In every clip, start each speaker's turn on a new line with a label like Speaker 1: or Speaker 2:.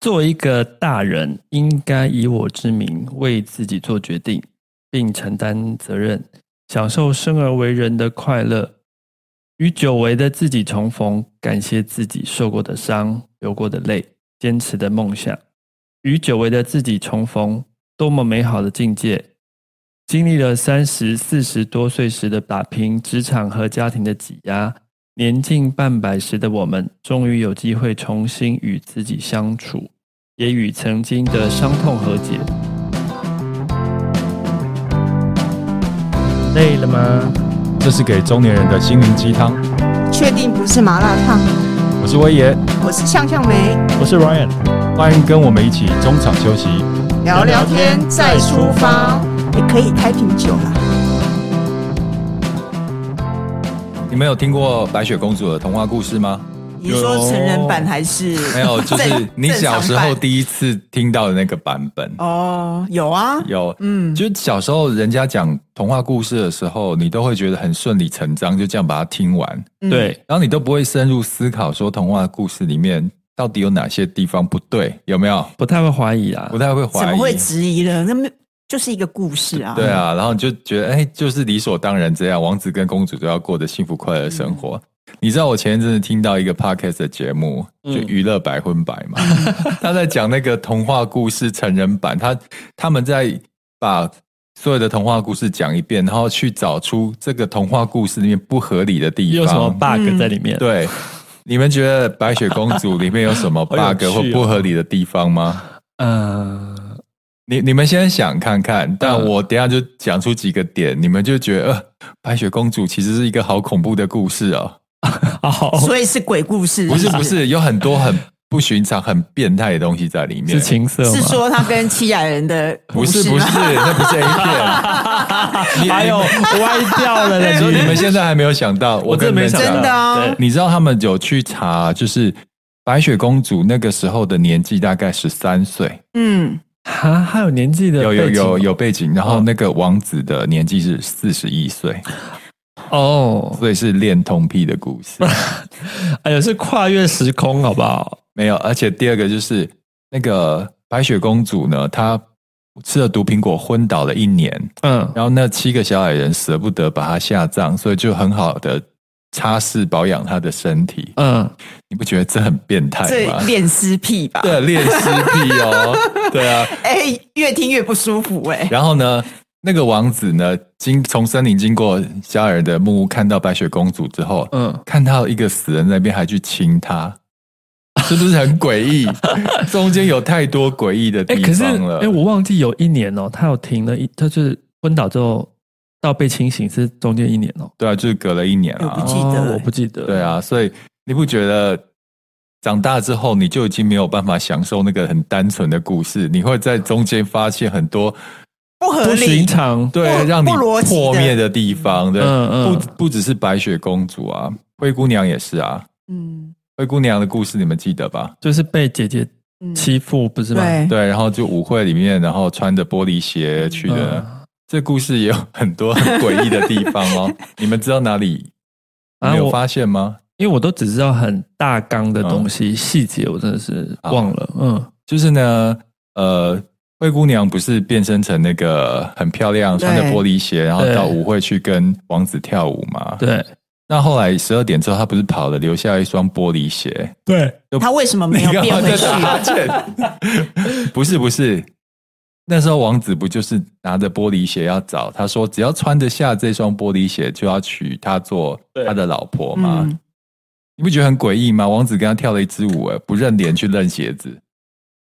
Speaker 1: 作为一个大人，应该以我之名为自己做决定，并承担责任，享受生而为人的快乐，与久违的自己重逢，感谢自己受过的伤、流过的泪、坚持的梦想，与久违的自己重逢，多么美好的境界！经历了三十四十多岁时的打拼，职场和家庭的挤压。年近半百时的我们，终于有机会重新与自己相处，也与曾经的伤痛和解。累了吗？
Speaker 2: 这是给中年人的心灵鸡汤。
Speaker 3: 确定不是麻辣烫，
Speaker 2: 我是威爷，
Speaker 3: 我是向向梅，
Speaker 1: 我是 Ryan，
Speaker 2: 欢迎跟我们一起中场休息。
Speaker 3: 聊聊天再出发，也可以开瓶酒啦。
Speaker 2: 你们有听过白雪公主的童话故事吗？
Speaker 3: 你是说成人版还是
Speaker 2: 没有，就是
Speaker 3: 正
Speaker 2: 你小时
Speaker 3: 正
Speaker 2: 候
Speaker 3: 常版
Speaker 2: 第一次听到的那个版本。
Speaker 3: 哦，有啊，
Speaker 2: 有，
Speaker 3: 嗯，
Speaker 2: 就小时候人家讲童话故事的时候，你都会觉得很顺理成章，就这样把它听完，
Speaker 3: 嗯，
Speaker 1: 对，
Speaker 2: 然后你都不会深入思考说童话故事里面到底有哪些地方不对，有没有？
Speaker 1: 不太会怀疑啊
Speaker 2: 不。太会
Speaker 3: 怎
Speaker 2: 怀
Speaker 3: 么
Speaker 2: 疑，
Speaker 3: 会质疑呢？那么就是一个故事 啊，
Speaker 2: 对，啊，然后你就觉得哎、就是理所当然这样，王子跟公主都要过着幸福快乐的生活。你知道我前一阵子听到一个 podcast 的节目，就
Speaker 1: 嗯
Speaker 2: 娱乐百分百 嘛，他在讲那个童话故事成人版，他他们在把所有的童话故事讲一遍，然后去找出这个童话故事里面不合理的地方，
Speaker 1: 有什么 bug 在里面？，
Speaker 2: 对，你们觉得《白雪公主》里面有什 么
Speaker 1: 好有
Speaker 2: bug 或
Speaker 1: 趣哦
Speaker 2: 不合理的地方吗？
Speaker 1: 嗯、
Speaker 2: 你你们先想看看，但
Speaker 1: 嗯
Speaker 2: 我等一下就讲出几个点，你们就觉得、呃、白雪公主其实是一个好恐怖的故事哦。
Speaker 1: 好，
Speaker 3: 所以是鬼故事，
Speaker 2: 不是不，是，有很多很不寻常、很变态的东西在里面。
Speaker 1: 是情色吗？
Speaker 3: 是说他跟七矮人的
Speaker 2: 不
Speaker 3: 故
Speaker 2: 是
Speaker 3: 事
Speaker 2: 不是，
Speaker 3: 吗
Speaker 2: 那不 是 A 片。
Speaker 1: 哎呦，歪掉了嘞！
Speaker 2: 你
Speaker 1: 说
Speaker 2: 说
Speaker 1: 你
Speaker 2: 你
Speaker 1: 们
Speaker 2: 们现在还没有想到，
Speaker 1: 哎我
Speaker 2: 跟
Speaker 1: 真的没
Speaker 2: 你们
Speaker 1: 想
Speaker 2: 讲
Speaker 1: 到，
Speaker 3: 真的哦
Speaker 1: 对
Speaker 2: 你知道他们有去查，就是白雪公主那个时候的年纪大概十三岁，
Speaker 3: 嗯，
Speaker 1: 哈，还有年纪的
Speaker 2: 有有
Speaker 1: 背景
Speaker 2: 有有背景，然后
Speaker 1: 哦
Speaker 2: 那个王子的年纪是四十一岁，
Speaker 1: 哦，
Speaker 2: 所以是恋童癖的故事。
Speaker 1: 哎呦，是跨越时空，好不好？
Speaker 2: 没有，而且第二个就是那个白雪公主呢，她吃了毒苹果昏倒了一年，
Speaker 1: 嗯，
Speaker 2: 然后那七个小矮人舍不得把她下葬，所以就很好的擦拭保养她的身体。
Speaker 1: 嗯，
Speaker 2: 你不觉得这很变态
Speaker 3: 这
Speaker 2: 吗？
Speaker 3: 恋尸癖吧？
Speaker 2: 对，恋尸癖哦，对啊。
Speaker 3: 哎，越听越不舒服哎，
Speaker 2: 然后呢，那个王子呢，经从森林经过小矮人的木屋，看到白雪公主之后，
Speaker 1: 嗯，
Speaker 2: 看到一个死人在那边还去亲她。是不是很诡异？中间有太多诡异的
Speaker 1: 哎、
Speaker 2: 地
Speaker 1: 可是
Speaker 2: 方了。
Speaker 1: 哎、我忘记有一年哦、他有停了一，他就是昏倒之后到被清醒是中间一年哦、
Speaker 2: 对啊，就是隔了一年
Speaker 3: 有不
Speaker 2: 啊。
Speaker 3: 记得
Speaker 1: 哦我不记得。
Speaker 2: 对，啊，所以你不觉得长大之后你就已经没有办法享受那个很单纯的故事？你会在中间发现很多
Speaker 3: 不合
Speaker 1: 不寻
Speaker 3: 理，
Speaker 1: 常。
Speaker 2: 对
Speaker 3: 不
Speaker 2: 让你
Speaker 3: 不逻辑的
Speaker 2: 破灭的地方。对，
Speaker 1: 嗯嗯
Speaker 2: 不不只是白雪公主啊，灰姑娘也是啊。
Speaker 3: 嗯
Speaker 2: 灰姑娘的故事你们记得吧？
Speaker 1: 就是被姐姐
Speaker 3: 嗯，
Speaker 1: 欺负，不是吗？
Speaker 3: 对，
Speaker 2: 对，然后就舞会里面，然后穿着玻璃鞋去的。
Speaker 1: 嗯
Speaker 2: 这故事也有很多很诡异的地方 哦。你们知道哪里？你
Speaker 1: 啊
Speaker 2: 们有
Speaker 1: 我
Speaker 2: 发现吗？
Speaker 1: 因为我都只知道很大纲的东
Speaker 3: 嗯
Speaker 1: 西，细节、我真的是忘了。嗯，
Speaker 2: 就是呢，呃，灰姑娘不是变身成那个很漂亮，
Speaker 3: 对
Speaker 2: 穿着玻璃鞋，然后
Speaker 1: 对
Speaker 2: 到舞会去跟王子跳舞嘛？
Speaker 1: 对
Speaker 2: 那后来十二点之后，她不是跑了，留下一双玻璃鞋。
Speaker 1: 对，
Speaker 3: 他为什么没有
Speaker 2: 你干
Speaker 3: 变
Speaker 2: 嘛
Speaker 3: 回
Speaker 2: 在
Speaker 3: 去？
Speaker 2: 打哈 欠？不是不是，那时候王子不就是拿着玻璃鞋要找？他说只要穿得下这双玻璃鞋，就要娶她做
Speaker 1: 对
Speaker 2: 他的老婆嘛。，
Speaker 3: 嗯
Speaker 2: 你不觉得很诡异吗？王子跟他跳了一支舞，哎不认脸去认鞋子。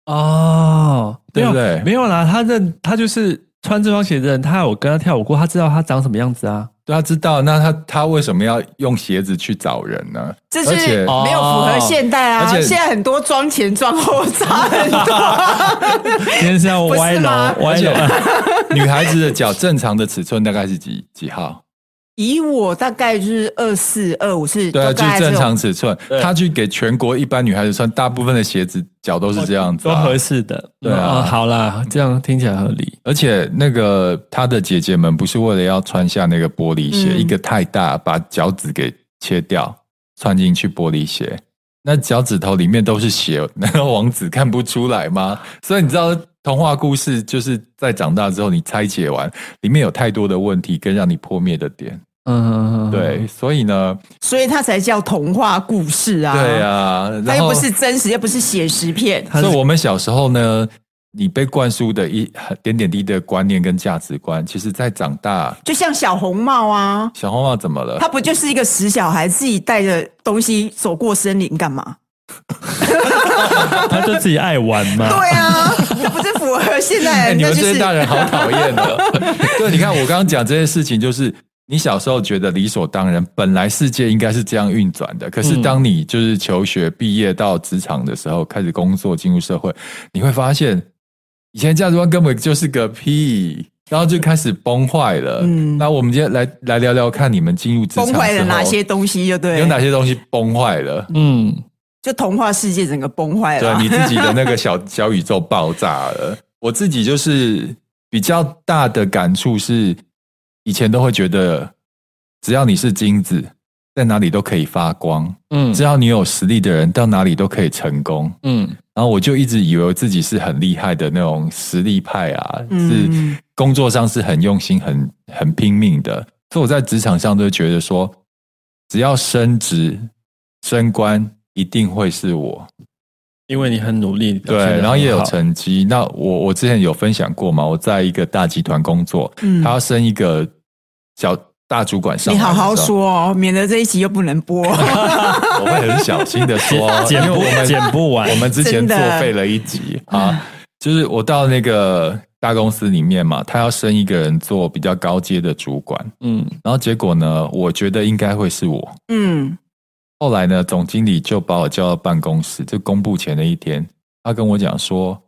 Speaker 1: 哦，
Speaker 2: 对不
Speaker 1: 没
Speaker 2: 对
Speaker 1: 有没有啦，他认他就是穿这双鞋的人，他有跟他跳舞过，他知道他长什么样子啊。
Speaker 2: 对，他知道，那他他为什么要用鞋子去找人呢？
Speaker 3: 这
Speaker 2: 而且哦
Speaker 3: 是没有符合现代啊！
Speaker 2: 而且
Speaker 3: 现在很多妆前妆后差 很多，
Speaker 1: 今天是要歪
Speaker 3: 不是
Speaker 1: 楼
Speaker 3: 吗
Speaker 1: 歪
Speaker 2: 而且
Speaker 1: 楼，
Speaker 2: 女孩子的脚正常的尺寸大概是几几号？
Speaker 3: 以我大概就是二四二五是
Speaker 2: 对啊，
Speaker 3: 大
Speaker 2: 就是
Speaker 3: 概这
Speaker 2: 正
Speaker 3: 种
Speaker 2: 常尺寸
Speaker 1: 对。
Speaker 2: 她去给全国一般女孩子穿，大部分的鞋子脚都是这样子、
Speaker 1: 都
Speaker 2: 啊
Speaker 1: 合。适的。
Speaker 2: 对啊
Speaker 1: 嗯哦好啦，这样听起来合理。
Speaker 2: 而且那个她的姐姐们不是为了要穿下那个玻璃鞋，
Speaker 3: 嗯
Speaker 2: 一个太大，把脚趾给切掉，穿进去玻璃鞋。那脚趾头里面都是血，难道王子看不出来吗？ 所以你知道童话故事就是在长大之后你拆解完，里面有太多的问题跟让你破灭的点。
Speaker 1: 嗯，
Speaker 2: 对，所以呢，
Speaker 3: 所以它才叫童话故事啊。
Speaker 2: 对，啊，
Speaker 3: 它
Speaker 2: 然
Speaker 3: 又
Speaker 2: 后
Speaker 3: 不是真实，又不是写实片。
Speaker 1: 它是
Speaker 2: 所以我们小时候呢，你被灌输的一点点滴滴的观念跟价值观，其实在长大，
Speaker 3: 就像小红帽啊，
Speaker 2: 小红帽怎么了
Speaker 3: 他？不就是一个死小孩，自己带着东西走过森林干嘛？
Speaker 1: 他就自己爱玩嘛。
Speaker 3: 对 啊，这不是符合现在
Speaker 2: 哎
Speaker 3: 人？
Speaker 2: 你
Speaker 3: 那
Speaker 2: 们
Speaker 3: 就
Speaker 2: 这
Speaker 3: 是
Speaker 2: 些大人好讨厌的。 对，你看我刚刚讲这些事情，就是你小时候觉得理所当然，本来世界应该是这样运转的。可是
Speaker 1: 嗯
Speaker 2: 当你就是求学、毕业到职场的时候，开始工作、进入社会，你会发现以前价值观根本就是个屁。然后就开始崩坏了。
Speaker 3: 嗯
Speaker 2: 那我们今天来来聊聊看，你们进入职场
Speaker 3: 崩坏
Speaker 2: 之
Speaker 3: 了
Speaker 2: 后
Speaker 3: 哪些东西，就对
Speaker 2: 有，哪些东西崩坏了？
Speaker 1: 嗯，
Speaker 3: 就童话世界整个崩坏了
Speaker 2: 对
Speaker 3: 啊。
Speaker 2: 你自己的那个小小宇宙爆炸了。我自己就是比较大的感触是，以前都会觉得，只要你是金子，在哪里都可以发光；
Speaker 1: 嗯
Speaker 2: 只要你有实力的人，到哪里都可以成功。
Speaker 1: 嗯
Speaker 2: 然后我就一直以为自己是很厉害的那种实力派啊，
Speaker 3: 嗯
Speaker 2: 是工作上是很用心、很很拼命的。所以我在职场上都觉得说，只要升职升官，一定会是我。
Speaker 1: 因为你很努力，
Speaker 2: 对，然后也有成绩。那我我之前有分享过嘛，我在一个大集团工作，
Speaker 3: 嗯
Speaker 2: 他要升一个小大主管上
Speaker 3: 你
Speaker 2: 来的时
Speaker 3: 好
Speaker 2: 候，
Speaker 3: 好说哦，免得这一集又不能播。
Speaker 2: 我会很小心的 说，因
Speaker 1: 剪
Speaker 2: 为
Speaker 1: 不
Speaker 2: 我们
Speaker 1: 剪不完
Speaker 2: 我。们之前
Speaker 3: 真
Speaker 2: 作
Speaker 3: 的
Speaker 2: 废了一集啊，就是我到那个大公司里面嘛，他要升一个人做比较高阶的主管，
Speaker 1: 嗯
Speaker 2: 然后结果呢，我觉得应该会是我。
Speaker 3: 嗯，
Speaker 2: 后来呢，总经理就把我叫到办公室，就公布前的一天，他跟我讲说，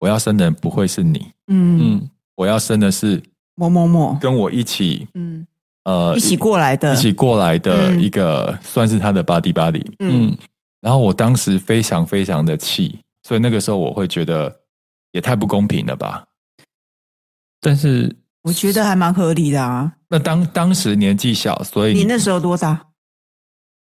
Speaker 2: 我要升的人不会是你，
Speaker 3: 嗯，
Speaker 1: 嗯
Speaker 2: 我要升的是
Speaker 3: 某某某，
Speaker 2: 跟我一起
Speaker 3: 嗯，
Speaker 2: 呃
Speaker 3: 一起过来的，
Speaker 2: 一起过来的
Speaker 3: 嗯
Speaker 2: 一个，算是他的 buddy buddy。
Speaker 3: 嗯
Speaker 1: 嗯
Speaker 2: 然后我当时非常非常的气，所以那个时候我会觉得也太不公平了吧。
Speaker 1: 但是
Speaker 3: 我觉得还蛮合理的啊。
Speaker 2: 那当当时年纪小，所以
Speaker 3: 你那时候多大？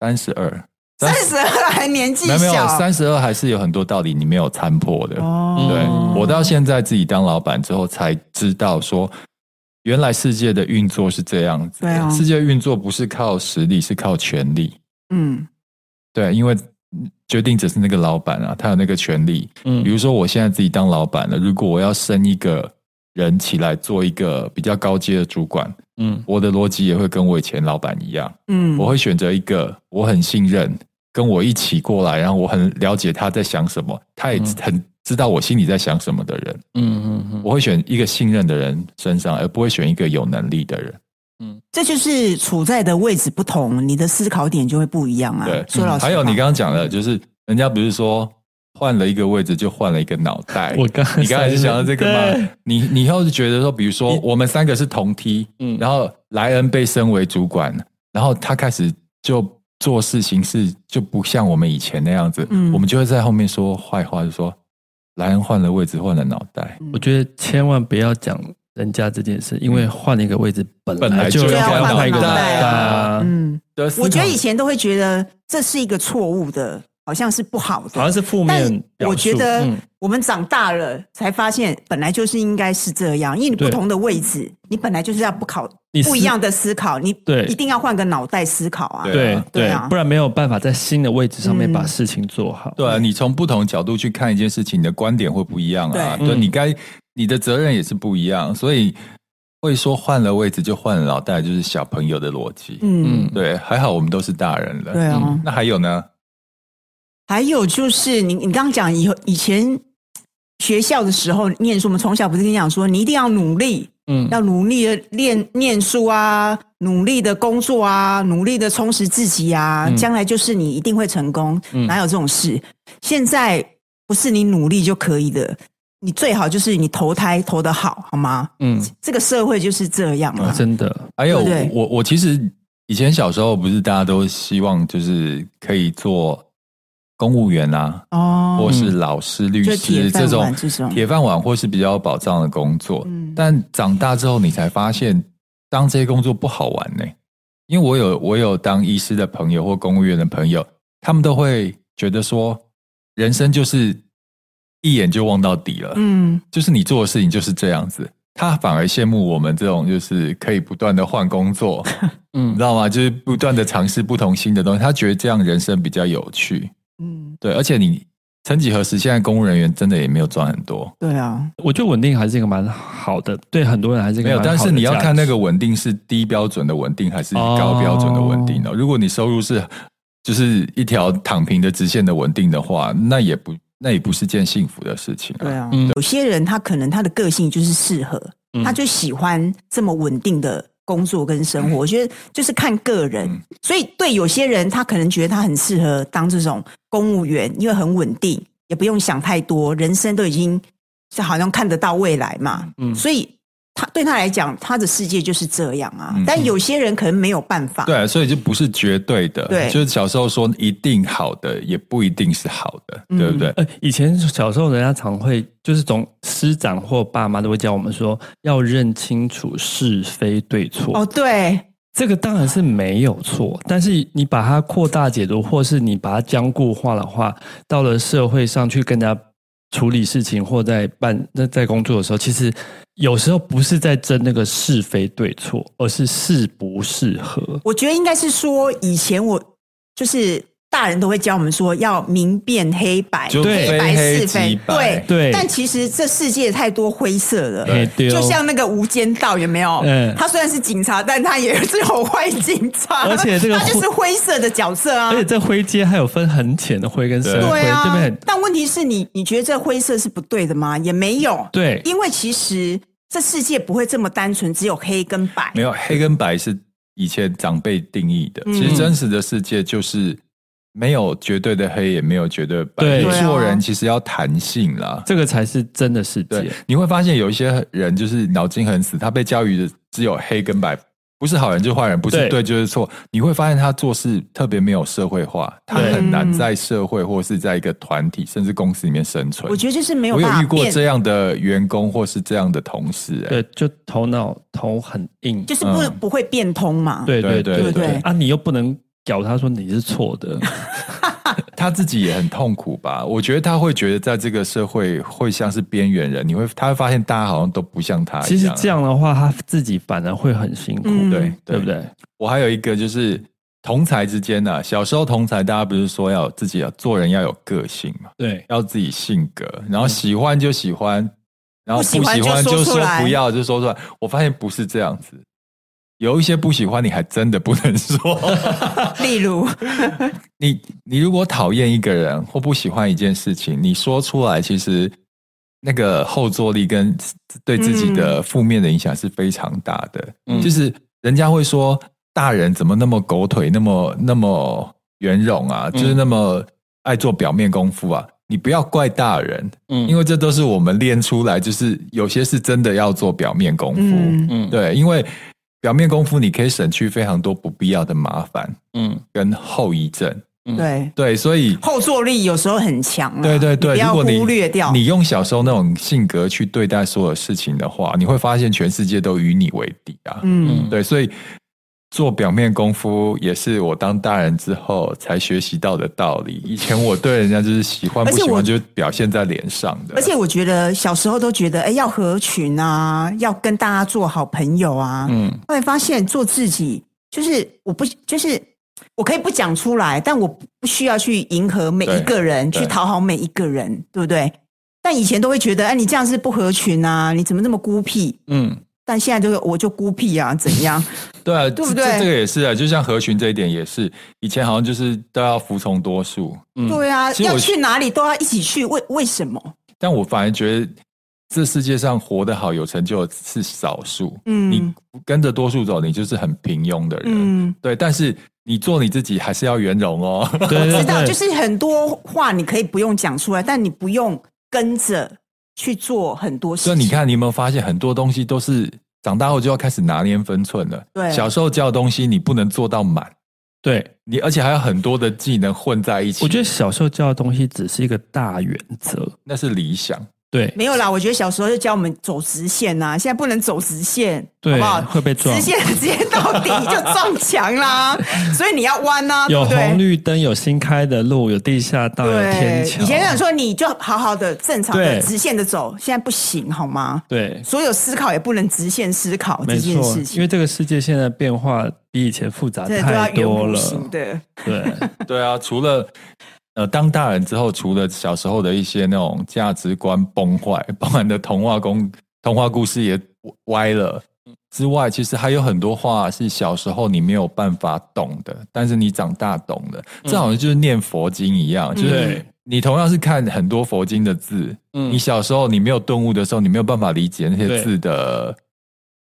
Speaker 2: 三十二，
Speaker 3: 三十二还年纪
Speaker 2: 没有没有
Speaker 3: 小
Speaker 2: 三十二还是有很多道理你没有参破的。
Speaker 3: 哦
Speaker 2: 对我到现在自己当老板之后才知道说。原来世界的运作是这样子的，
Speaker 3: 对啊
Speaker 2: 世界运作不是靠实力，是靠权力。
Speaker 3: 嗯
Speaker 2: 对，因为嗯决定者是那个老板啊，他有那个权利。
Speaker 1: 嗯
Speaker 2: 比如说，我现在自己当老板了，如果我要升一个人起来做一个比较高阶的主管，
Speaker 1: 嗯
Speaker 2: 我的逻辑也会跟我以前老板一样，
Speaker 3: 嗯，
Speaker 2: 我会选择一个我很信任，跟我一起过来，然后我很了解他在想什么，他也
Speaker 1: 嗯
Speaker 2: 很知道我心里在想什么的人。
Speaker 1: 嗯嗯
Speaker 2: 我会选一个信任的人身上，而不会选一个有能力的人。
Speaker 3: 这就是处在的位置不同，你的思考点就会不一样啊。
Speaker 2: 对，嗯
Speaker 3: 说老实话，
Speaker 2: 还有你刚刚讲的，就是人家不是说换了一个位置就换了一个脑袋。
Speaker 1: 我刚
Speaker 2: 哎 你刚才是想到这个
Speaker 1: 对
Speaker 2: 吗？你你以后就觉得说，比如说我们三个是同梯，
Speaker 1: 嗯
Speaker 2: 然后莱恩被升为主管，然后他开始就做事情是就不像我们以前那样子，
Speaker 3: 嗯
Speaker 2: 我们就会在后面说坏话，就说莱恩换了位置，换了脑袋。
Speaker 1: 我觉得千万不要讲人家这件事，因为换了一个位置本
Speaker 2: 嗯本来就
Speaker 1: 就
Speaker 2: 要
Speaker 1: 换
Speaker 2: 换
Speaker 1: 一个
Speaker 2: 脑袋
Speaker 1: 啊，
Speaker 3: 嗯，
Speaker 2: 的思考
Speaker 3: 我觉得以前都会觉得这是一个错误的，好像是不好
Speaker 1: 好像
Speaker 3: 的。
Speaker 1: 是负
Speaker 3: 但
Speaker 1: 面表述。
Speaker 3: 我觉得
Speaker 1: 嗯
Speaker 3: 我们长大了才发现，本来就是应该是这样，因为你
Speaker 1: 对
Speaker 3: 不同的位置，你本来就是要不考
Speaker 1: 你思
Speaker 3: 不一样的思考，你
Speaker 1: 对
Speaker 3: 一定要换个脑袋思考啊。
Speaker 2: 对
Speaker 1: 对
Speaker 2: 啊
Speaker 3: 对啊
Speaker 1: 不然没有办法在新的位置上面
Speaker 3: 嗯
Speaker 1: 把事情做好。
Speaker 2: 对啊，你从不同角度去看一件事情，你的观点会不一样啊。
Speaker 1: 对
Speaker 2: 对，
Speaker 1: 嗯
Speaker 2: 你该你的责任也是不一样，所以会说换了位置就换了脑袋，就是小朋友的逻辑。
Speaker 3: 嗯，
Speaker 2: 对，还好我们都是大人了。
Speaker 3: 对
Speaker 1: 嗯
Speaker 3: 啊。
Speaker 2: 那还有呢？
Speaker 3: 还有就是你，你刚刚讲以后以前学校的时候念书，我们从小不是跟你讲说，你一定要努力，
Speaker 1: 嗯
Speaker 3: 要努力的练念书啊，努力的工作啊，努力的充实自己啊，
Speaker 1: 嗯
Speaker 3: 将来就是你一定会成功。
Speaker 1: 嗯
Speaker 3: 哪有这种事？现在不是你努力就可以的，你最好就是你投胎投得好，好吗？
Speaker 1: 嗯，
Speaker 3: 这个社会就是这样
Speaker 1: 啊
Speaker 3: 嘛。
Speaker 1: 真的，
Speaker 2: 还有
Speaker 3: 对不对
Speaker 2: 哎我我其实以前小时候不是大家都希望就是可以做公务员啊，
Speaker 3: 哦
Speaker 2: 或，是老师、律
Speaker 3: 就铁
Speaker 2: 师
Speaker 3: 饭
Speaker 2: 这种
Speaker 3: 碗这种
Speaker 2: 铁饭碗，或是比较有保障的工作。
Speaker 3: 嗯
Speaker 2: 但长大之后，你才发现，当这些工作不好玩呢、因为我有我有当医师的朋友或公务员的朋友，他们都会觉得说，人生就是一眼就望到底了，
Speaker 3: 嗯，
Speaker 2: 就是你做的事情就是这样子。他反而羡慕我们这种，就是可以不断的换工作， 你
Speaker 1: 嗯
Speaker 2: 知，道吗？就是不断的尝试不同新的东西，他觉得这样人生比较有趣。
Speaker 3: 嗯，
Speaker 2: 对，而且你曾几何时，现在公务人员真的也没有赚很多，
Speaker 3: 对啊，
Speaker 1: 我觉得稳定还是一个蛮好的，对很多人还是一个
Speaker 2: 没有。
Speaker 1: 蛮好的
Speaker 2: 但是你要
Speaker 1: 价值
Speaker 2: 看那个稳定是低标准的稳定还是高标准的稳定哦。如果你收入是就是一条躺平的直线的稳定的话，那也不那也不是件幸福的事情、啊。
Speaker 3: 对啊，
Speaker 1: 嗯
Speaker 3: 有些人他可能他的个性就是适合，
Speaker 1: 嗯
Speaker 3: 他就喜欢这么稳定的工作跟生活。我觉得就是看个人，
Speaker 2: 嗯
Speaker 3: 所以对有些人他可能觉得他很适合当这种公务员，因为很稳定，也不用想太多，人生都已经是好像看得到未来嘛，
Speaker 1: 嗯
Speaker 3: 所以。他对他来讲，他的世界就是这样啊。
Speaker 2: 嗯
Speaker 3: 但有些人可能没有办法，
Speaker 2: 对，所以就不是绝对的。
Speaker 3: 对
Speaker 2: 就是小时候说一定好的，也不一定是好的，
Speaker 3: 嗯
Speaker 2: 对不对？
Speaker 1: 呃，以前小时候人家常会，就是从师长或爸妈都会教我们说，要认清楚是非对错。
Speaker 3: 哦，对，
Speaker 1: 这个当然是没有错，但是你把它扩大解读，或是你把它僵固化的话，到了社会上去跟人家处理事情，或在办那在工作的时候，其实有时候不是在争那个是非对错，而是适不适合。
Speaker 3: 我觉得应该是说，以前我就是大人都会教我们说要明辨黑白，
Speaker 2: 就
Speaker 1: 对
Speaker 3: 黑白
Speaker 2: 非
Speaker 3: 是
Speaker 2: 黑
Speaker 3: 非
Speaker 2: 即，白
Speaker 1: 对
Speaker 3: 但其实这世界太多灰色了。
Speaker 1: 嘿对哦
Speaker 3: 就像那个《无间道》，有没有？
Speaker 1: 嗯
Speaker 3: 他虽然是警察，但他也是有坏警察，
Speaker 1: 而且这个
Speaker 3: 他就是灰色的角色啊
Speaker 1: 而。且这灰阶还有分很浅的灰跟深灰，这
Speaker 3: 对
Speaker 1: 边
Speaker 3: 啊
Speaker 1: 很，
Speaker 3: 但问题是你，你觉得这灰色是不对的吗？也没有，
Speaker 1: 对
Speaker 3: 因为其实这世界不会这么单纯，只有黑跟白。
Speaker 2: 没有黑跟白是以前长辈定义的，
Speaker 3: 嗯
Speaker 2: 其实真实的世界就是没有绝对的黑，也没有绝对的白。
Speaker 1: 对
Speaker 2: 你
Speaker 3: 对啊
Speaker 2: 做人其实要弹性啦。
Speaker 1: 这个才是真的世
Speaker 2: 对
Speaker 1: 界。，
Speaker 2: 你会发现有一些人就是脑筋很死，他被教育的只有黑跟白，不是好人就是坏人，不是
Speaker 1: 对
Speaker 2: 对就是错。你会发现他做事特别没有社会化，他
Speaker 1: 对
Speaker 2: 很难
Speaker 3: 嗯
Speaker 2: 在社会或是在一个团体甚至公司里面生存。
Speaker 3: 我觉得就是没有
Speaker 2: 我
Speaker 3: 办
Speaker 2: 有
Speaker 3: 法
Speaker 2: 遇过
Speaker 3: 变
Speaker 2: 这样的员工或是这样的同事、哎，
Speaker 1: 对，就头脑头很硬，
Speaker 3: 就是不、
Speaker 2: 嗯
Speaker 3: 不会变通嘛。
Speaker 1: 对
Speaker 2: 对
Speaker 1: 对
Speaker 2: 对
Speaker 3: 对对
Speaker 1: 啊，你又不能屌他说你是错的，
Speaker 2: 他自己也很痛苦吧？我觉得他会觉得在这个社会会像是边缘人，你会他会发现大家好像都不像他一样。啊
Speaker 1: 其实这，样的话他自己反而会很辛苦，
Speaker 3: 嗯
Speaker 2: 对
Speaker 1: 对不？对？
Speaker 2: 我还有一个就是同才之间呐、小时候同才大家不是说要有自己要做人要有个性嘛，
Speaker 1: 对，
Speaker 2: 要自己性格，然后喜欢就喜欢，然后
Speaker 3: 不喜
Speaker 2: 不
Speaker 3: 欢
Speaker 2: 喜欢
Speaker 3: 就说
Speaker 2: 就
Speaker 3: 出
Speaker 2: 说
Speaker 3: 来
Speaker 2: 不要就说出来。我发现不是这样子，有一些不喜欢你还真的不能说。
Speaker 3: 例如，
Speaker 2: 你你如果讨厌一个人或不喜欢一件事情，你说出来，其实那个后坐力跟对自己的负面的影响是非常大的。
Speaker 1: 嗯
Speaker 2: 就是人家会说，大人怎么那么狗腿，那么那么圆融啊，
Speaker 1: 嗯
Speaker 2: 就是那么爱做表面功夫啊。你不要怪大人，
Speaker 1: 嗯
Speaker 2: 因为这都是我们练出来，就是有些是真的要做表面功夫。
Speaker 3: 嗯，
Speaker 1: 嗯
Speaker 2: 对，因为表面功夫你可以省去非常多不必要的麻烦
Speaker 1: 嗯
Speaker 2: 跟后遗症。
Speaker 3: 对，
Speaker 2: 对，所以
Speaker 3: 后坐力有时候很强啊，
Speaker 2: 嗯对对
Speaker 3: 你
Speaker 2: 对，如
Speaker 3: 不要
Speaker 2: 果你
Speaker 3: 忽略掉。
Speaker 2: 你用小时候那种性格去对待所有事情的话，你会发现全世界都与你为敌啊。
Speaker 3: 嗯，
Speaker 1: 嗯
Speaker 2: 对，所以做表面功夫也是我当大人之后才学习到的道理。以前我对人家就是喜欢
Speaker 3: 而
Speaker 2: 不
Speaker 3: 且
Speaker 2: 喜
Speaker 3: 我
Speaker 2: 欢，就表现在脸上的。
Speaker 3: 而且我觉得小时候都觉得，哎，要合群啊，要跟大家做好朋友啊。
Speaker 1: 嗯
Speaker 3: 后来发现做自己，就是我不，就是我可以不讲出来，但我不需要去迎合每一个人，
Speaker 2: 对
Speaker 3: 去讨好每一个人，对不对？但以前都会觉得，哎，你这样是不合群啊，你怎么那么孤僻？
Speaker 1: 嗯，
Speaker 3: 但现在就是我就孤僻啊，怎 样？
Speaker 2: 对啊，
Speaker 3: 对
Speaker 2: 这
Speaker 3: 不对
Speaker 2: 这这个也是啊，就像合群这一点也是，以前好像就是都要服从多数，
Speaker 1: 嗯
Speaker 3: 对啊，
Speaker 2: 其实我
Speaker 3: 要去哪里都要一起去，为为什么？
Speaker 2: 但我反而觉得这世界上活得好、有成就的是少
Speaker 1: 啊
Speaker 2: 数。
Speaker 3: 嗯
Speaker 2: 你跟着多数走，你就是很平庸的人。
Speaker 3: 嗯，
Speaker 2: 对，但是你做你自己还是要圆融哦。
Speaker 1: 对对对，
Speaker 3: 知道，就是很多话你可以不用讲出来，但你不用跟着去做很多事
Speaker 2: 所
Speaker 3: 情。
Speaker 2: 以你，看，你有没有发现很多东西都是长大后就要开始拿捏分寸了？
Speaker 3: 对
Speaker 2: 小时候教的东西你不能做到满，
Speaker 1: 对。
Speaker 2: 你而且还有很多的技能混在一起。
Speaker 1: 我觉得小时候教的东西只是一个大原则，
Speaker 2: 那是理想，
Speaker 1: 对
Speaker 3: 没有啦，我觉得小时候就教我们走直线呐、现在不能走直线，好
Speaker 1: 对
Speaker 3: 不好？
Speaker 1: 会被撞
Speaker 3: 直。线直线到底就撞墙 啦，所以你要弯呐、对
Speaker 1: 有
Speaker 3: 不对？
Speaker 1: 红绿灯，有新开的路，有地下道，有天
Speaker 3: 对，
Speaker 1: 桥。
Speaker 3: 以前想说你就好好的、正常的、
Speaker 1: 对
Speaker 3: 直线的走，现在不行，好吗？
Speaker 1: 对，
Speaker 3: 所有思考也不能直线思考这
Speaker 1: 没
Speaker 3: 件
Speaker 1: 错
Speaker 3: 事，
Speaker 1: 因
Speaker 3: 情，
Speaker 1: 为这个世界现在变化比以前复杂
Speaker 3: 真的都要
Speaker 1: 太
Speaker 3: 圆
Speaker 1: 多
Speaker 3: 弧
Speaker 1: 了。
Speaker 3: 形的。
Speaker 1: 对，
Speaker 2: 对啊，除了呃当大人之后，除了小时候的一些那种价值观崩坏， 包含的童话公童话故事也歪了之外，其实还有很多话是小时候你没有办法懂的，但是你长大懂了。这好像就是念佛经一样，就是
Speaker 1: 对
Speaker 2: 你同样是看很多佛经的字，
Speaker 1: 嗯
Speaker 2: 你小时候你没有顿悟的时候，你没有办法理解那
Speaker 1: 对
Speaker 2: 些字的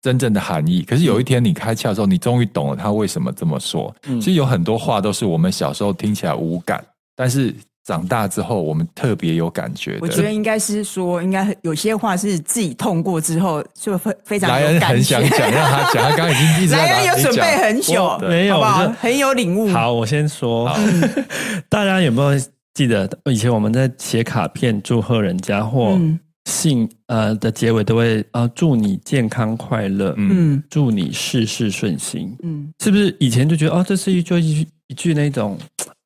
Speaker 2: 真正的含义。可是有一天你开窍的时候，你终于懂了他为什么这么说。
Speaker 1: 嗯
Speaker 2: 其实有很多话都是我们小时候听起来无感，但是长大之后我们特别有感觉的。
Speaker 3: 我觉得应该是说，应该有些话是自己痛过之后就非非常
Speaker 2: 莱
Speaker 3: 有
Speaker 2: 恩
Speaker 3: 感
Speaker 2: 很
Speaker 3: 觉
Speaker 2: 想。讲，让他讲，他刚刚已经一直在
Speaker 3: 莱恩有
Speaker 2: 打你
Speaker 3: 准备
Speaker 2: 讲。
Speaker 3: 很久，
Speaker 1: 没有
Speaker 3: 好不
Speaker 1: 我
Speaker 3: 好
Speaker 1: 就？
Speaker 3: 很有领悟。
Speaker 1: 好，我先说， 大家有没有记得以前我们在写卡片祝贺人家或
Speaker 3: 嗯
Speaker 1: 信呃的结尾都会呃祝你健康快乐，
Speaker 2: 嗯，
Speaker 3: 嗯
Speaker 1: 祝你事事顺心，
Speaker 3: 嗯，
Speaker 1: 是不是？以前就觉得哦，这是一就一句一句那 种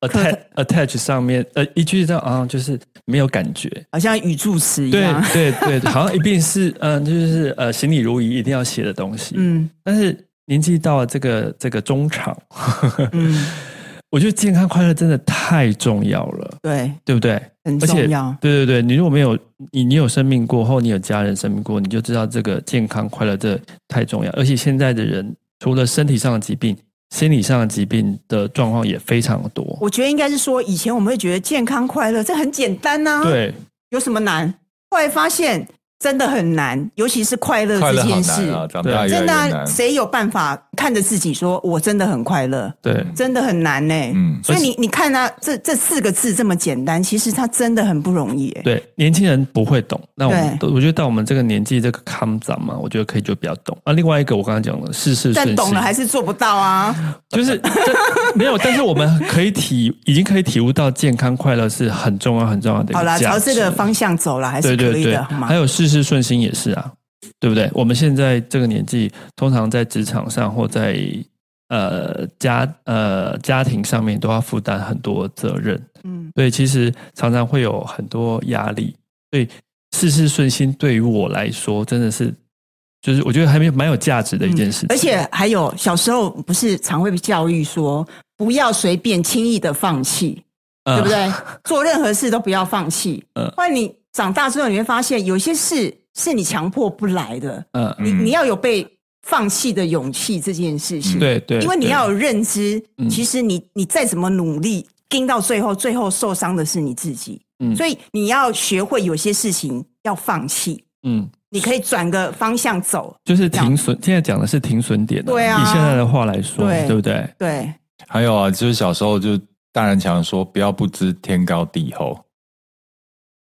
Speaker 1: attach attach 上面呃一句这样啊，就是没有感觉。
Speaker 3: 好像语助词一
Speaker 1: 对
Speaker 3: 样。
Speaker 1: 对对，对好像一定是嗯、呃就是呃，行礼如仪一定要写的东西。
Speaker 3: 嗯
Speaker 1: 但是年纪到了这个这个中场，
Speaker 3: 嗯，
Speaker 1: 我觉得健康快乐真的太重要了，
Speaker 3: 对，
Speaker 1: 对不对？
Speaker 3: 很
Speaker 1: 而且
Speaker 3: 重要。
Speaker 1: 对对对，你如果没有你你有生病过后，你有家人生病过，你就知道这个健康快乐这太重要。而且现在的人除了身体上的疾病，心理上的疾病的状况也非常多。
Speaker 3: 我觉得应该是说，以前我们会觉得健康快乐这很简单呐、，
Speaker 1: 对
Speaker 3: 有什么难？后来发现真的很难，尤其是快乐
Speaker 2: 快乐
Speaker 3: 这
Speaker 2: 好
Speaker 3: 件事
Speaker 2: 难，啊，长大越来
Speaker 3: 真
Speaker 2: 越
Speaker 3: 的啊、
Speaker 2: 难。
Speaker 3: 谁有办法看着自己说我真的很快乐？
Speaker 1: 对，
Speaker 3: 真的很难呢、欸
Speaker 2: 嗯，
Speaker 3: 所以你你看啊，这这四个字这么简单，其实它真的很不容易、欸。
Speaker 1: 对，年轻人不会懂。那我们
Speaker 3: 对
Speaker 1: 都，我觉得到我们这个年纪，这个康长嘛，我觉得可以就比较懂。啊，另外一个我刚刚讲了，事事顺
Speaker 3: 但
Speaker 1: 心，
Speaker 3: 懂了还是做不到啊！
Speaker 1: 就是这没有，但是我们可以体，已经可以体悟到健康快乐是很重要、很重要的一
Speaker 3: 好啦，
Speaker 1: 个价
Speaker 3: 朝
Speaker 1: 值。
Speaker 3: 这个方向走了还是
Speaker 1: 对
Speaker 3: 可
Speaker 1: 对
Speaker 3: 以
Speaker 1: 对，
Speaker 3: 的，好
Speaker 1: 还
Speaker 3: 吗？
Speaker 1: 有事事顺心也是啊，对不对？我们现在这个年纪，通常在职场上或在呃家呃家庭上面都要负担很多责任，
Speaker 3: 嗯，
Speaker 1: 对，其实常常会有很多压力，所以事事顺心对于我来说真的是，就是我觉得还没有蛮有价值的一件事情。
Speaker 3: 而且还有小时候不是常会被教育说不要随便轻易的放弃，
Speaker 1: 嗯，
Speaker 3: 对不 对？做任何事都不要放弃。
Speaker 1: 嗯
Speaker 3: 后来你长大之后，你会发现有些事是你强迫不来的，
Speaker 1: 嗯，
Speaker 3: 你
Speaker 2: 嗯
Speaker 3: 你要有被放弃的勇气这件事情。
Speaker 1: 对对，
Speaker 3: 因为你
Speaker 1: 对
Speaker 3: 要有认知
Speaker 1: 嗯，
Speaker 3: 其实你你再怎么努力，盯到最后，最后受伤的是你自己。
Speaker 1: 嗯
Speaker 3: 所以你要学会有些事情要放弃，
Speaker 1: 嗯，
Speaker 3: 你可以转个方向走。
Speaker 1: 就是停损。现在讲的是停损点、
Speaker 3: 对啊
Speaker 1: 以现在的话来说，
Speaker 3: 对
Speaker 1: 对不对？
Speaker 3: 对，
Speaker 2: 还有啊，就是小时候就大人常说不要不知天高地厚。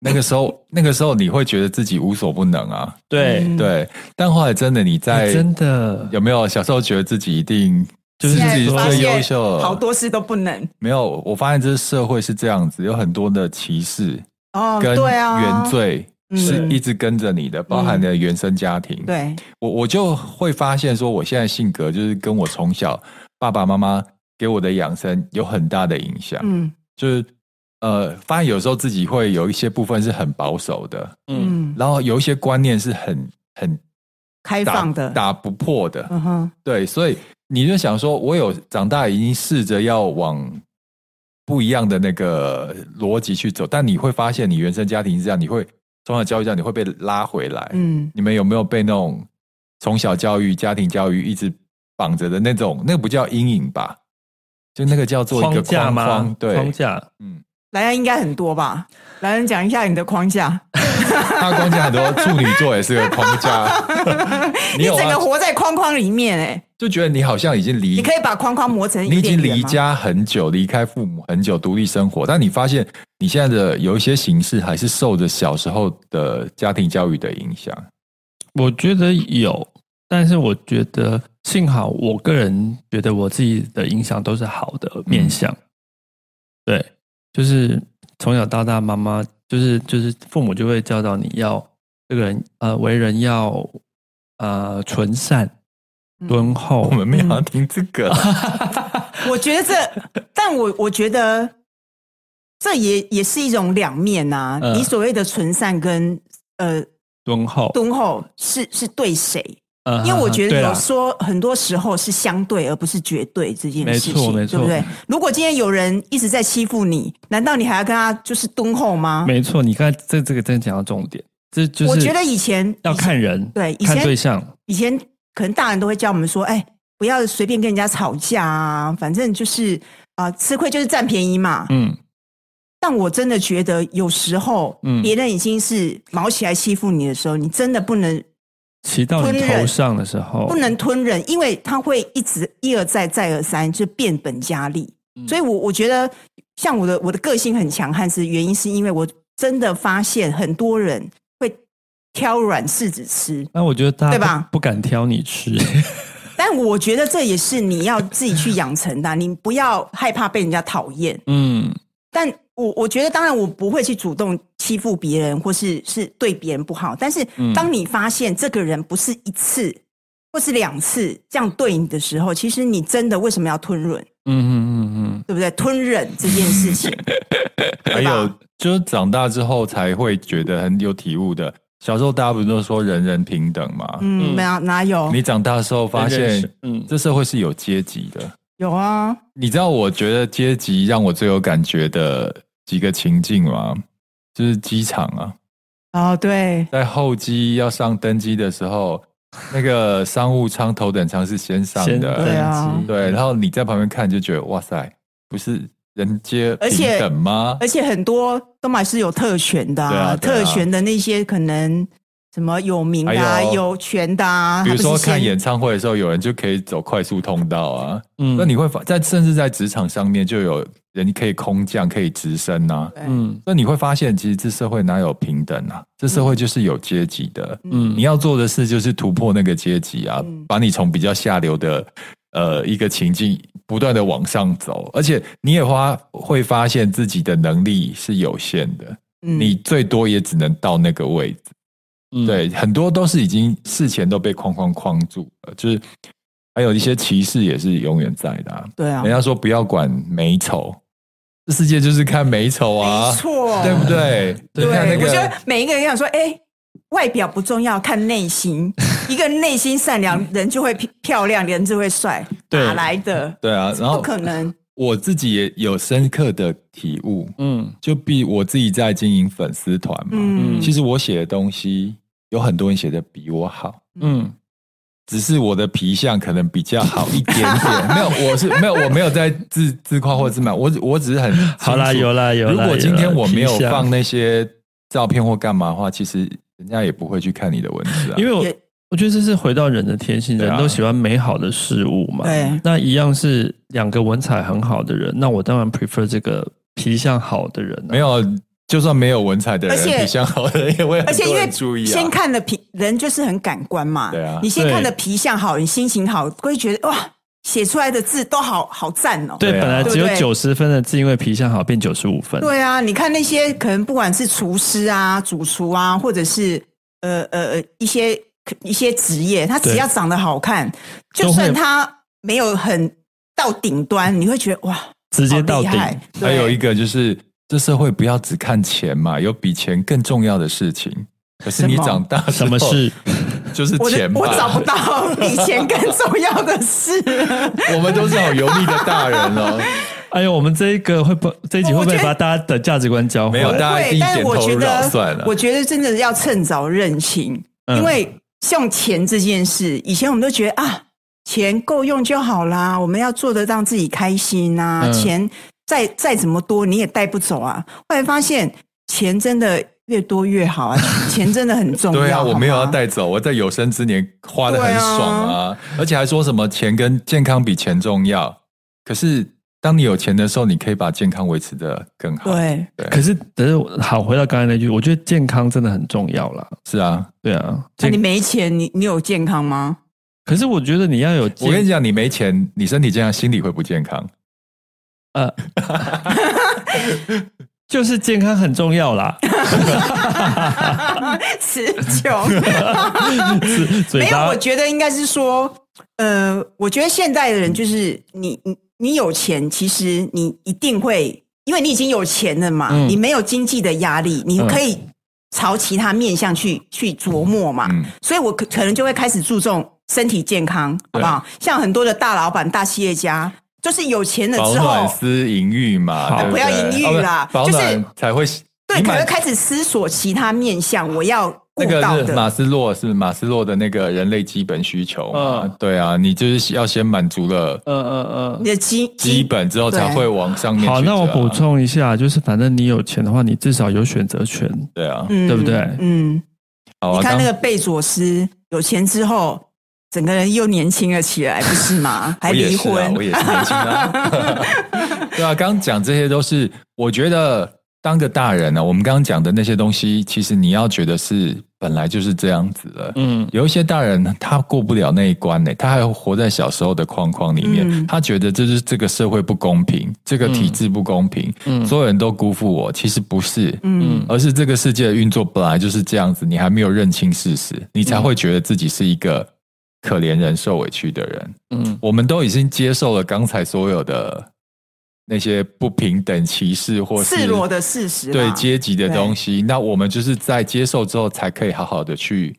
Speaker 2: 那个时 候，那个时候你会觉得自己无所不能啊，
Speaker 3: 嗯
Speaker 2: 对。但后来真的你在、
Speaker 1: 哎真的
Speaker 2: 有没有小时候觉得自己一定
Speaker 1: 就是
Speaker 3: 现
Speaker 2: 自
Speaker 3: 在
Speaker 2: 己
Speaker 3: 发
Speaker 2: 最
Speaker 3: 现
Speaker 2: 优秀了？
Speaker 3: 好多事都不能
Speaker 2: 没有，我发现这社会是这样子，有很多的歧视
Speaker 3: 哦，
Speaker 2: 跟
Speaker 3: 对啊，
Speaker 2: 原罪是
Speaker 3: 嗯
Speaker 2: 一直跟着你的，包含你的原生家庭。
Speaker 3: 对，
Speaker 2: 我我就会发现说，我现在性格就是跟我从小爸爸妈妈给我的养生有很大的影响。
Speaker 3: 嗯
Speaker 2: 就是呃，发现有时候自己会有一些部分是很保守的，
Speaker 1: 嗯
Speaker 3: 嗯，
Speaker 2: 然后有一些观念是很很
Speaker 3: 开
Speaker 2: 打
Speaker 3: 放的，
Speaker 2: 打不破的，
Speaker 3: 嗯哼，
Speaker 2: 对，所以你就想说，我有长大已经试着要往不一样的那个逻辑去走，但你会发现你原生家庭是这样，你会从小教育这样，你会被拉回来。
Speaker 3: 嗯，
Speaker 2: 你们有没有被那种从小教育、家庭教育一直绑着的那种？那个不叫阴影吧？就那个叫做一个
Speaker 1: 框架
Speaker 2: 框框
Speaker 1: 吗？
Speaker 2: 对，
Speaker 1: 框架。
Speaker 2: 嗯，
Speaker 3: 莱恩应该很多吧？莱恩讲一下你的框架，
Speaker 2: 他框架很多，处女座也是个框 架。你
Speaker 3: 你
Speaker 2: 有
Speaker 3: 整个
Speaker 2: 啊？
Speaker 3: 活在框框里面，哎，
Speaker 2: 就觉得你好像已经离
Speaker 3: 你可以把框框磨成
Speaker 2: 你
Speaker 3: 有
Speaker 2: 已
Speaker 3: 点
Speaker 2: 经
Speaker 3: 圆
Speaker 2: 离
Speaker 3: 吗？
Speaker 2: 家很久，离开父母很久，独立生活，但你发现你现在的有一些形式还是受着小时候的家庭教育的影响。
Speaker 1: 我觉得有，但是我觉得幸好，我个人觉得我自己的影响
Speaker 2: 嗯
Speaker 1: 都是好的面相。对，就是从小到大，妈妈就是就是父母就会教导你要这个人呃为人要呃纯善、
Speaker 3: 嗯
Speaker 1: 敦厚
Speaker 2: 我。们没有要听这个，
Speaker 3: 我觉得 这，但我我觉得这也也是一种两面呐、
Speaker 1: 嗯
Speaker 3: 你所谓的纯善跟呃
Speaker 1: 敦厚，
Speaker 3: 敦厚是是对谁？
Speaker 1: 嗯哼
Speaker 3: 因为我觉得
Speaker 1: 对啦
Speaker 3: 有说很多时候是相对而不是绝对这件事
Speaker 1: 没错
Speaker 3: 情，
Speaker 1: 没错
Speaker 3: 对不对？如果今天有人一直在欺负你，难道你还要跟他就是敦厚吗？
Speaker 1: 没错，你刚才这这个真的讲到重点，这就是
Speaker 3: 我觉得以前
Speaker 1: 要看人，
Speaker 3: 对以前
Speaker 1: 看对象，
Speaker 3: 以前可能大人都会教我们说，哎，不要随便跟人家吵架啊，反正就是啊、吃亏就是占便宜嘛。
Speaker 1: 嗯，
Speaker 3: 但我真的觉得有时候，
Speaker 1: 嗯
Speaker 3: 别人已经是毛起来欺负你的时候，你真的不能
Speaker 1: 骑到你
Speaker 3: 吞
Speaker 1: 头
Speaker 3: 忍
Speaker 1: 上的时候，
Speaker 3: 不能吞忍，因为他会一直一而再再而三就变本加厉。
Speaker 1: 嗯
Speaker 3: 所以我我觉得，像我的我的个性很强悍，是原因是因为我真的发现很多人会挑软柿子吃，
Speaker 1: 那我觉得大家
Speaker 3: 对吧
Speaker 1: 不不敢挑你 吃，
Speaker 3: 但我觉得这也是你要自己去养成的啊，你不要害怕被人家讨厌。
Speaker 1: 嗯，
Speaker 3: 但我我觉得，当然我不会去主动欺负别人，或是是对别人不好。但是
Speaker 1: 嗯，
Speaker 3: 当你发现这个人不是一次或是两次这样对你的时候，其实你真的为什么要吞忍，
Speaker 1: 嗯嗯嗯嗯，
Speaker 3: 对不对？吞忍这件事情，
Speaker 2: 还
Speaker 3: 吧
Speaker 2: 有就是长大之后才会觉得很有体悟的。小时候大家不是都说人人平等嘛？
Speaker 1: 嗯
Speaker 3: 嗯，没有哪有
Speaker 2: 你长大的时候发
Speaker 1: 认
Speaker 2: 现
Speaker 1: 识，嗯，
Speaker 2: 这社会是有阶级的。
Speaker 3: 有啊，
Speaker 2: 你知道，我觉得阶级让我最有感觉的几个情境吗？就是机场啊，
Speaker 3: 哦对，
Speaker 2: 在候机要上登机的时候，那个商务舱头等舱是先上
Speaker 1: 先
Speaker 2: 的，
Speaker 1: 等
Speaker 3: 对啊
Speaker 1: 级
Speaker 2: 对，然后你在旁边看就觉得哇塞，不是人皆
Speaker 3: 而且
Speaker 2: 平等吗？
Speaker 3: 而且很多都嘛是有特权的、
Speaker 2: 对啊对啊
Speaker 3: 特权的那些可能什么有名的、啊、
Speaker 2: 还有
Speaker 3: 有权的、啊，
Speaker 2: 哎比如
Speaker 3: 他
Speaker 2: 说
Speaker 3: 不是先
Speaker 2: 看演唱会的时候，有人就可以走快速通道啊。
Speaker 1: 嗯
Speaker 2: 那你会发在甚至在职场上面就有人可以空降，可以直升呐、啊。
Speaker 3: 对
Speaker 1: 嗯
Speaker 2: 那你会发现，其实这社会哪有平等啊？这社会就是有阶级的。
Speaker 1: 嗯，
Speaker 2: 你要做的事就是突破那个阶级啊，
Speaker 3: 嗯
Speaker 2: 把你从比较下流的呃一个情境不断的往上走，而且你也发会发现自己的能力是有限的，
Speaker 3: 嗯
Speaker 2: 你最多也只能到那个位置。
Speaker 1: 嗯，
Speaker 2: 对，很多都是已经事前都被框框框住了，就是还有一些歧视也是永远在的、啊。
Speaker 3: 对啊
Speaker 2: 人，家说不要管美丑，这世界就是看美丑啊
Speaker 3: 没，错，
Speaker 2: 对不对？
Speaker 1: 对
Speaker 2: 你看那
Speaker 3: 我觉得
Speaker 2: 个，
Speaker 3: 每一个人想说，哎、外表不重要，看 内心。一个内心善良，人就会漂漂亮，人就会帅，
Speaker 1: 对
Speaker 3: 哪来的？
Speaker 2: 对啊。然
Speaker 3: 不
Speaker 2: 后
Speaker 3: 可能。
Speaker 2: 我自己也有深刻的体悟，
Speaker 1: 嗯
Speaker 2: 就比我自己在经营粉丝团嘛，
Speaker 3: 嗯，
Speaker 2: 其实我写的东西有很多人写的比我好，
Speaker 1: 嗯
Speaker 2: 只是我的皮相可能比较好一点点，没有，我是没有，我没有在自自夸或自满，我我只是很清楚
Speaker 1: 好啦有啦有啦
Speaker 2: 如果今天我没有
Speaker 1: 有啦
Speaker 2: 放那些照片或干嘛的话，其实人家也不会去看你的文字啊。
Speaker 1: 因为我
Speaker 3: 也
Speaker 1: 我觉得这是回到人的天性，
Speaker 2: 对啊
Speaker 1: 人都喜欢美好的事物嘛。
Speaker 3: 对
Speaker 1: 那一样是两个文采很好的人，那我当然 prefer 这个皮相好的人、啊。
Speaker 2: 没有，就算没有文采的
Speaker 3: 而
Speaker 2: 人，
Speaker 3: 且
Speaker 2: 皮相好的人也会
Speaker 3: 而
Speaker 2: 很
Speaker 3: 且因
Speaker 2: 多
Speaker 3: 为
Speaker 2: 人注意啊。
Speaker 3: 先看的皮人就是很感官嘛，
Speaker 2: 对啊
Speaker 3: 你先看
Speaker 1: 对
Speaker 3: 的皮相好，你心情好，会觉得哇，写出来的字都好好赞哦。
Speaker 1: 对，
Speaker 2: 对啊
Speaker 1: 本来只有
Speaker 3: 对不对
Speaker 1: 九十分的字，因为皮相好变九十五分。
Speaker 3: 对啊，你看那些可能不管是厨师啊、主厨啊，或者是呃呃呃一些一些职业，他只
Speaker 1: 对
Speaker 3: 要长得好看，就
Speaker 1: 都会
Speaker 3: 算他没有很到顶端，你会觉得哇，
Speaker 1: 直接
Speaker 3: 好
Speaker 1: 到
Speaker 3: 厉
Speaker 1: 顶。
Speaker 3: 害。对
Speaker 2: 还有一个就是，这社会不要只看钱嘛，有比钱更重要的事情。可是你
Speaker 3: 什么
Speaker 2: 长大之
Speaker 1: 什
Speaker 2: 后
Speaker 1: 么事？
Speaker 2: 就是
Speaker 3: 我
Speaker 2: 钱
Speaker 3: 的
Speaker 2: 嘛。
Speaker 3: 我找不到比钱更重要的事，
Speaker 2: 我们都是好油腻的大人哦。
Speaker 1: 哎呦，我们这一个会不这一集会不
Speaker 3: 我
Speaker 1: 会
Speaker 3: 觉得
Speaker 1: 把大家的价值观教坏？
Speaker 2: 没有大家一
Speaker 3: 对
Speaker 2: 定，
Speaker 3: 但是我觉
Speaker 2: 点头
Speaker 3: 得
Speaker 2: 如捣蒜了
Speaker 3: 我觉得真的要趁早认清，
Speaker 1: 嗯
Speaker 3: 因为像钱这件事，以前我们都觉得啊，钱够用就好啦，我们要做的让自己开心啊，
Speaker 1: 嗯
Speaker 3: 钱再再怎么多你也带不走啊。后来发现钱真的越多越好 啊，钱真的 很重要。
Speaker 2: 对啊，
Speaker 3: 好吗
Speaker 2: 我没有要。带走，我在有生之年花的很
Speaker 3: 对啊
Speaker 2: 爽啊，而且还说什么钱跟健康比钱重要。可是当你有钱的时候，你可以把健康维持的更好。，
Speaker 3: 对，
Speaker 1: 可是，可是好，回到刚才那句，我觉得健康真的很重要啦。
Speaker 2: 是啊，
Speaker 1: 对啊，
Speaker 3: 那
Speaker 1: 健
Speaker 3: 你没钱，你你有健康吗？
Speaker 1: 可是我觉得你要有健，
Speaker 2: 我跟你讲，你没钱，你身体健康，心理会不健康。
Speaker 1: 呃，就是健康很重要 啦，
Speaker 3: 词穷。
Speaker 1: 是嘴
Speaker 3: 没有，
Speaker 1: 巴
Speaker 3: 我觉得应该是说，呃，我觉得现代的人就是你，你你有钱，其实你一定会，因为你已经有钱了嘛，
Speaker 1: 嗯
Speaker 3: 你没有经济的压力，你
Speaker 1: 嗯
Speaker 3: 可以朝其他面向去去琢磨嘛。
Speaker 2: 嗯
Speaker 3: 所以我可可能就会开始注重身体健康，好不好？像很多的大老板、大企业家，就是有钱了
Speaker 2: 保
Speaker 3: 之后
Speaker 2: 暖，思淫欲嘛，
Speaker 1: 好
Speaker 2: 对对
Speaker 3: 不要淫欲啦
Speaker 2: 哦保
Speaker 3: 就是
Speaker 2: 暖才会
Speaker 3: 对，
Speaker 2: 你
Speaker 3: 可
Speaker 2: 买
Speaker 3: 能开始思索其他面向，我要顾
Speaker 2: 那个
Speaker 3: 到
Speaker 2: 是
Speaker 3: 的。
Speaker 2: 马斯洛，是马斯洛的那个人类基本需求嘛？
Speaker 1: 嗯
Speaker 2: 对啊，你就是要先满足了
Speaker 1: 嗯嗯
Speaker 2: 呃
Speaker 3: 你的基
Speaker 2: 基本之后，
Speaker 3: 对
Speaker 2: 才会往上面去、啊
Speaker 1: 好，那我补，充一下，就是反正你有钱的话，你至少有选择权。
Speaker 2: 对啊，
Speaker 3: 嗯
Speaker 1: 对不对
Speaker 3: 嗯。
Speaker 2: 好啊，
Speaker 3: 你看
Speaker 2: 当
Speaker 3: 那个贝佐斯有钱之后，整个人又年轻了起来，不是 吗？还
Speaker 2: 我也
Speaker 3: 离
Speaker 2: 是啊
Speaker 3: 婚
Speaker 2: 我，也是年轻啊。 对啊，刚刚讲这些都是，我觉得当个大人呢、啊我们刚刚讲的那些东西，其实你要觉得是本来就是这样子了。
Speaker 1: 嗯，
Speaker 2: 有一些大人他过不了那一关呢、他还活在小时候的框框里面，
Speaker 3: 嗯
Speaker 2: 他觉得这是这个社会不公平，这个体制不公平，
Speaker 1: 嗯
Speaker 2: 所有人都辜负我。其实不是，
Speaker 1: 嗯
Speaker 3: 嗯
Speaker 2: 而是这个世界的运作本来就是这样子，你还没有认清事实，你才会觉得自己是一个可怜人、受委屈的人。
Speaker 1: 嗯
Speaker 2: 我们都已经接受了刚才所有的那些不平等、歧视或是
Speaker 3: 赤裸的事实啦，
Speaker 2: 对阶级的东西，那我们就是在接受之后，才可以好好的去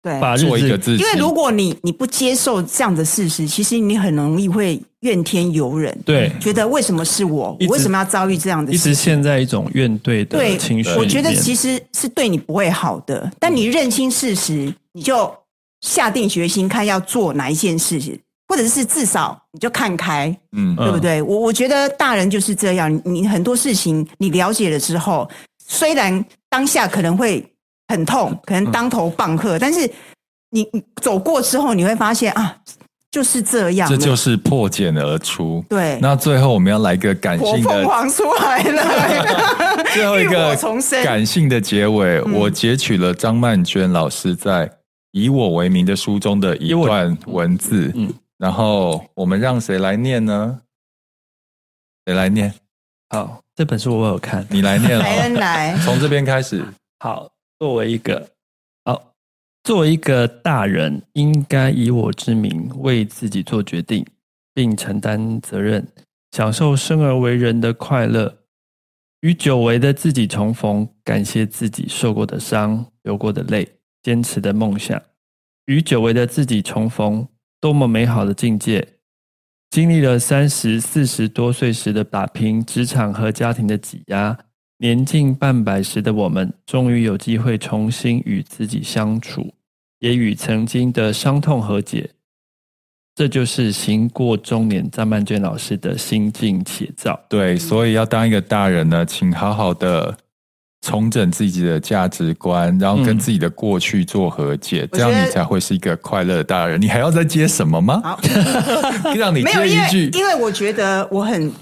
Speaker 3: 对。
Speaker 1: 把日
Speaker 2: 做一个
Speaker 1: 子
Speaker 2: 自己。
Speaker 3: 因为如果你你不接受这样的事实，其实你很容易会怨天尤人，
Speaker 1: 对，
Speaker 3: 觉得为什么是我，
Speaker 1: 一
Speaker 3: 我
Speaker 1: 直
Speaker 3: 为什么要遭遇这样的
Speaker 1: 一
Speaker 3: 事
Speaker 1: 直？陷在一种怨怼的
Speaker 3: 对
Speaker 1: 情绪里面。
Speaker 3: 我觉得其实是对你不会好的。但你认清事实，你就下定决心看要做哪一件事情，或者是至少你就看开，
Speaker 2: 嗯
Speaker 1: 嗯
Speaker 3: 对不对？我我觉得大人就是这样，你你很多事情你了解了之后，虽然当下可能会很痛，可
Speaker 2: 嗯
Speaker 3: 能当头棒喝，但是你你走过之后，你会发现啊，就是这样
Speaker 2: 这
Speaker 3: 了，
Speaker 2: 就是破茧而出。
Speaker 3: 对，
Speaker 2: 那最后我们要来一个感
Speaker 3: 火
Speaker 2: 性
Speaker 3: 凤
Speaker 2: 的，
Speaker 3: 凰出来了，
Speaker 2: 最后一
Speaker 3: 浴
Speaker 2: 个
Speaker 3: 火重生
Speaker 2: 感性的结尾。我截取了张曼娟老师在《以我为名》的书中的一
Speaker 1: 以我
Speaker 2: 段文字，
Speaker 1: 嗯
Speaker 2: 然后我们让谁来念呢？谁来念？
Speaker 1: 好，这本书我有看。
Speaker 2: 你来念
Speaker 3: 莱恩
Speaker 2: 了，
Speaker 3: 来，
Speaker 2: 从这边开始。
Speaker 1: 好，作为一个好，作为一个大人，应该以我之名为自己做决定，并承担责任，享受生而为人的快乐，与久违的自己重逢，感谢自己受过的伤、流过的泪、坚持的梦想，与久违的自己重逢，多么美好的境界！经历了三十四十多岁时的打拼，职场和家庭的挤压，年近半百时的我们，终于有机会重新与自己相处，也与曾经的伤痛和解。这就是行过中年张曼娟老师的心境写照。
Speaker 3: 嗯
Speaker 2: 对，所以要当一个大人呢，请好好的重整自己的价值观，然后跟
Speaker 1: 嗯
Speaker 2: 自己的过去做和解，
Speaker 3: 我
Speaker 2: 这样
Speaker 3: 觉得
Speaker 2: 你才会是一个快乐的大人。你还要再接什么吗？
Speaker 3: 好，
Speaker 2: 让 你
Speaker 3: 嗯没有，
Speaker 2: 接
Speaker 3: 因
Speaker 2: 一
Speaker 3: 为
Speaker 2: 句，
Speaker 3: 因为我觉得我很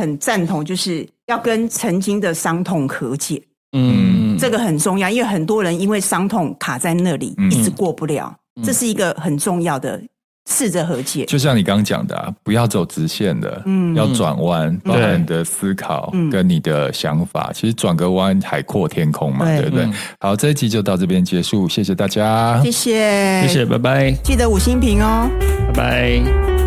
Speaker 3: 很赞同，就是要跟曾经的伤痛和解。
Speaker 2: 嗯
Speaker 3: 这个很重要，因为很多人因为伤痛卡在那里，
Speaker 2: 嗯
Speaker 3: 一直过不了，这是一个很重要的试着和解。
Speaker 2: 就像你刚刚讲的、啊，不要走直线的，
Speaker 3: 嗯
Speaker 2: 要转弯，包
Speaker 1: 对
Speaker 2: 含你的思考
Speaker 3: 嗯
Speaker 2: 跟你的想法。其实转个弯，海阔天空嘛，
Speaker 3: 对
Speaker 2: 对不对
Speaker 1: 嗯？
Speaker 2: 好，这一集就到这边结束，谢谢大家，
Speaker 3: 谢谢，
Speaker 1: 谢谢，拜拜，
Speaker 3: 记得五星评哦。
Speaker 1: 拜拜。